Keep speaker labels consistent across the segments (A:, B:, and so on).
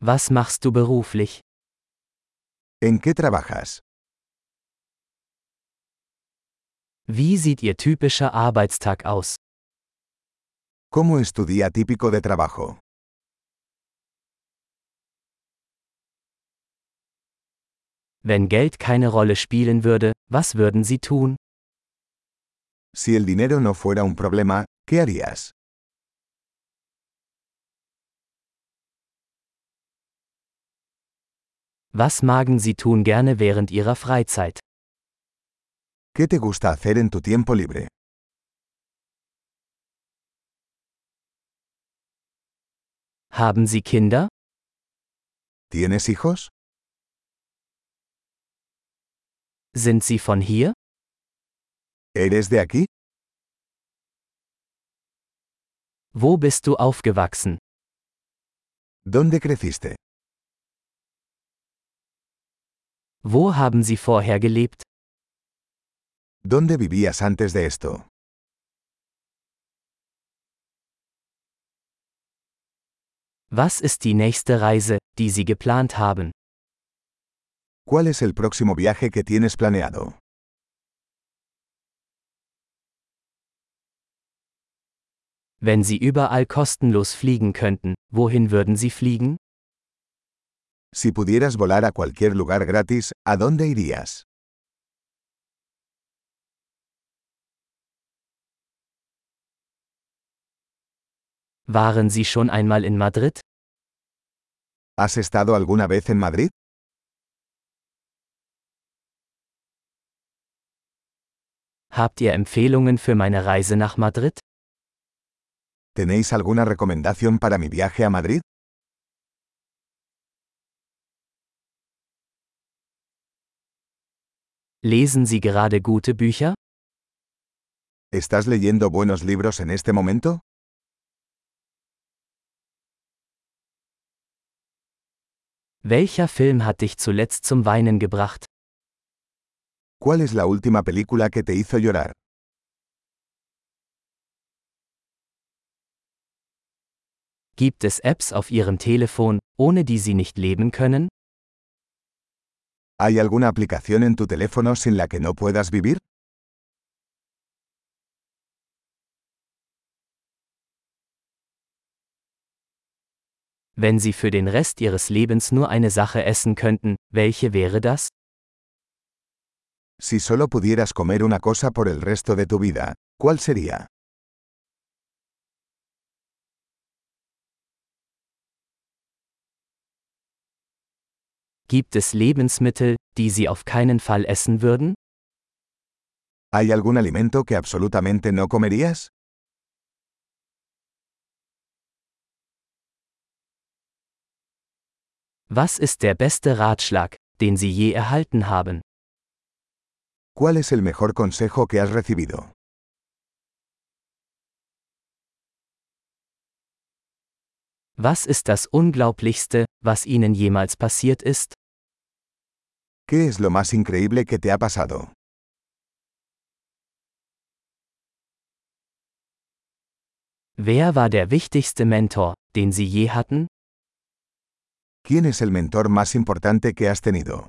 A: Was machst du beruflich?
B: ¿En qué trabajas?
A: Wie sieht Ihr typischer Arbeitstag aus?
B: ¿Cómo es tu día típico de trabajo?
A: Wenn Geld keine Rolle spielen würde, was würden Sie tun?
B: Si el dinero no fuera un problema, ¿qué harías?
A: Was magen Sie tun gerne während Ihrer Freizeit?
B: ¿Qué te gusta hacer en tu tiempo libre?
A: Haben Sie Kinder?
B: ¿Tienes hijos?
A: Sind Sie von hier?
B: ¿Eres de aquí?
A: Wo bist du aufgewachsen?
B: ¿Dónde creciste?
A: Wo haben Sie vorher gelebt?
B: ¿Dónde vivías antes de esto?
A: Was ist die nächste Reise, die Sie geplant haben?
B: ¿Cuál es el próximo viaje que tienes planeado?
A: Wenn Sie überall kostenlos fliegen könnten, wohin würden Sie fliegen?
B: Si pudieras volar a cualquier lugar gratis, ¿a dónde irías?
A: Waren Sie schon einmal in Madrid?
B: ¿Has estado alguna vez en Madrid?
A: Habt ihr Empfehlungen für meine Reise nach Madrid?
B: ¿Tenéis alguna recomendación para mi viaje a Madrid?
A: Lesen Sie gerade gute Bücher?
B: ¿Estás leyendo buenos libros en este momento?
A: Welcher Film hat dich zuletzt zum Weinen gebracht?
B: ¿Cuál es la última película que te hizo llorar?
A: Gibt es Apps auf Ihrem Telefon, ohne die Sie nicht leben können?
B: ¿Hay alguna aplicación en tu teléfono sin la que no puedas vivir?
A: Wenn Sie für den Rest Ihres Lebens nur eine Sache essen könnten, welche wäre das?
B: Si solo pudieras comer una cosa por el resto de tu vida, ¿cuál sería?
A: Gibt es Lebensmittel, die Sie auf keinen Fall essen würden?
B: ¿Hay algún alimento que absolutamente no comerías?
A: Was ist der beste Ratschlag, den Sie je erhalten haben?
B: ¿Cuál es el mejor consejo que has recibido?
A: Was ist das Unglaublichste, was Ihnen jemals passiert ist?
B: ¿Qué es lo más increíble que te ha pasado?
A: Wer war der wichtigste Mentor, den Sie je hatten?
B: ¿Quién es el mentor más importante que has tenido?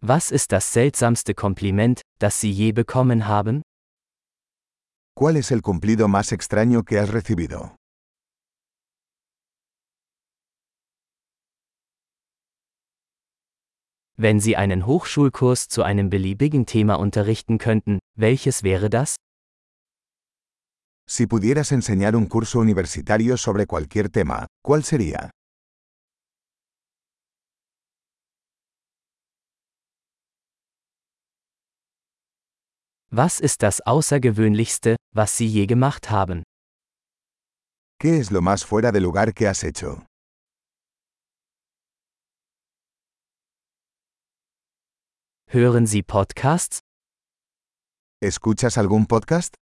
A: Was ist das seltsamste Kompliment, das Sie je bekommen haben?
B: ¿Cuál es el cumplido más extraño que has recibido?
A: Wenn Sie einen Hochschulkurs zu einem beliebigen Thema unterrichten könnten, welches wäre das?
B: Si pudieras enseñar un curso universitario sobre cualquier tema, ¿cuál sería?
A: Was ist das Außergewöhnlichste, was Sie je gemacht haben?
B: ¿Qué es lo más fuera de lugar que has hecho?
A: Hören Sie Podcasts?
B: ¿Escuchas algún podcast?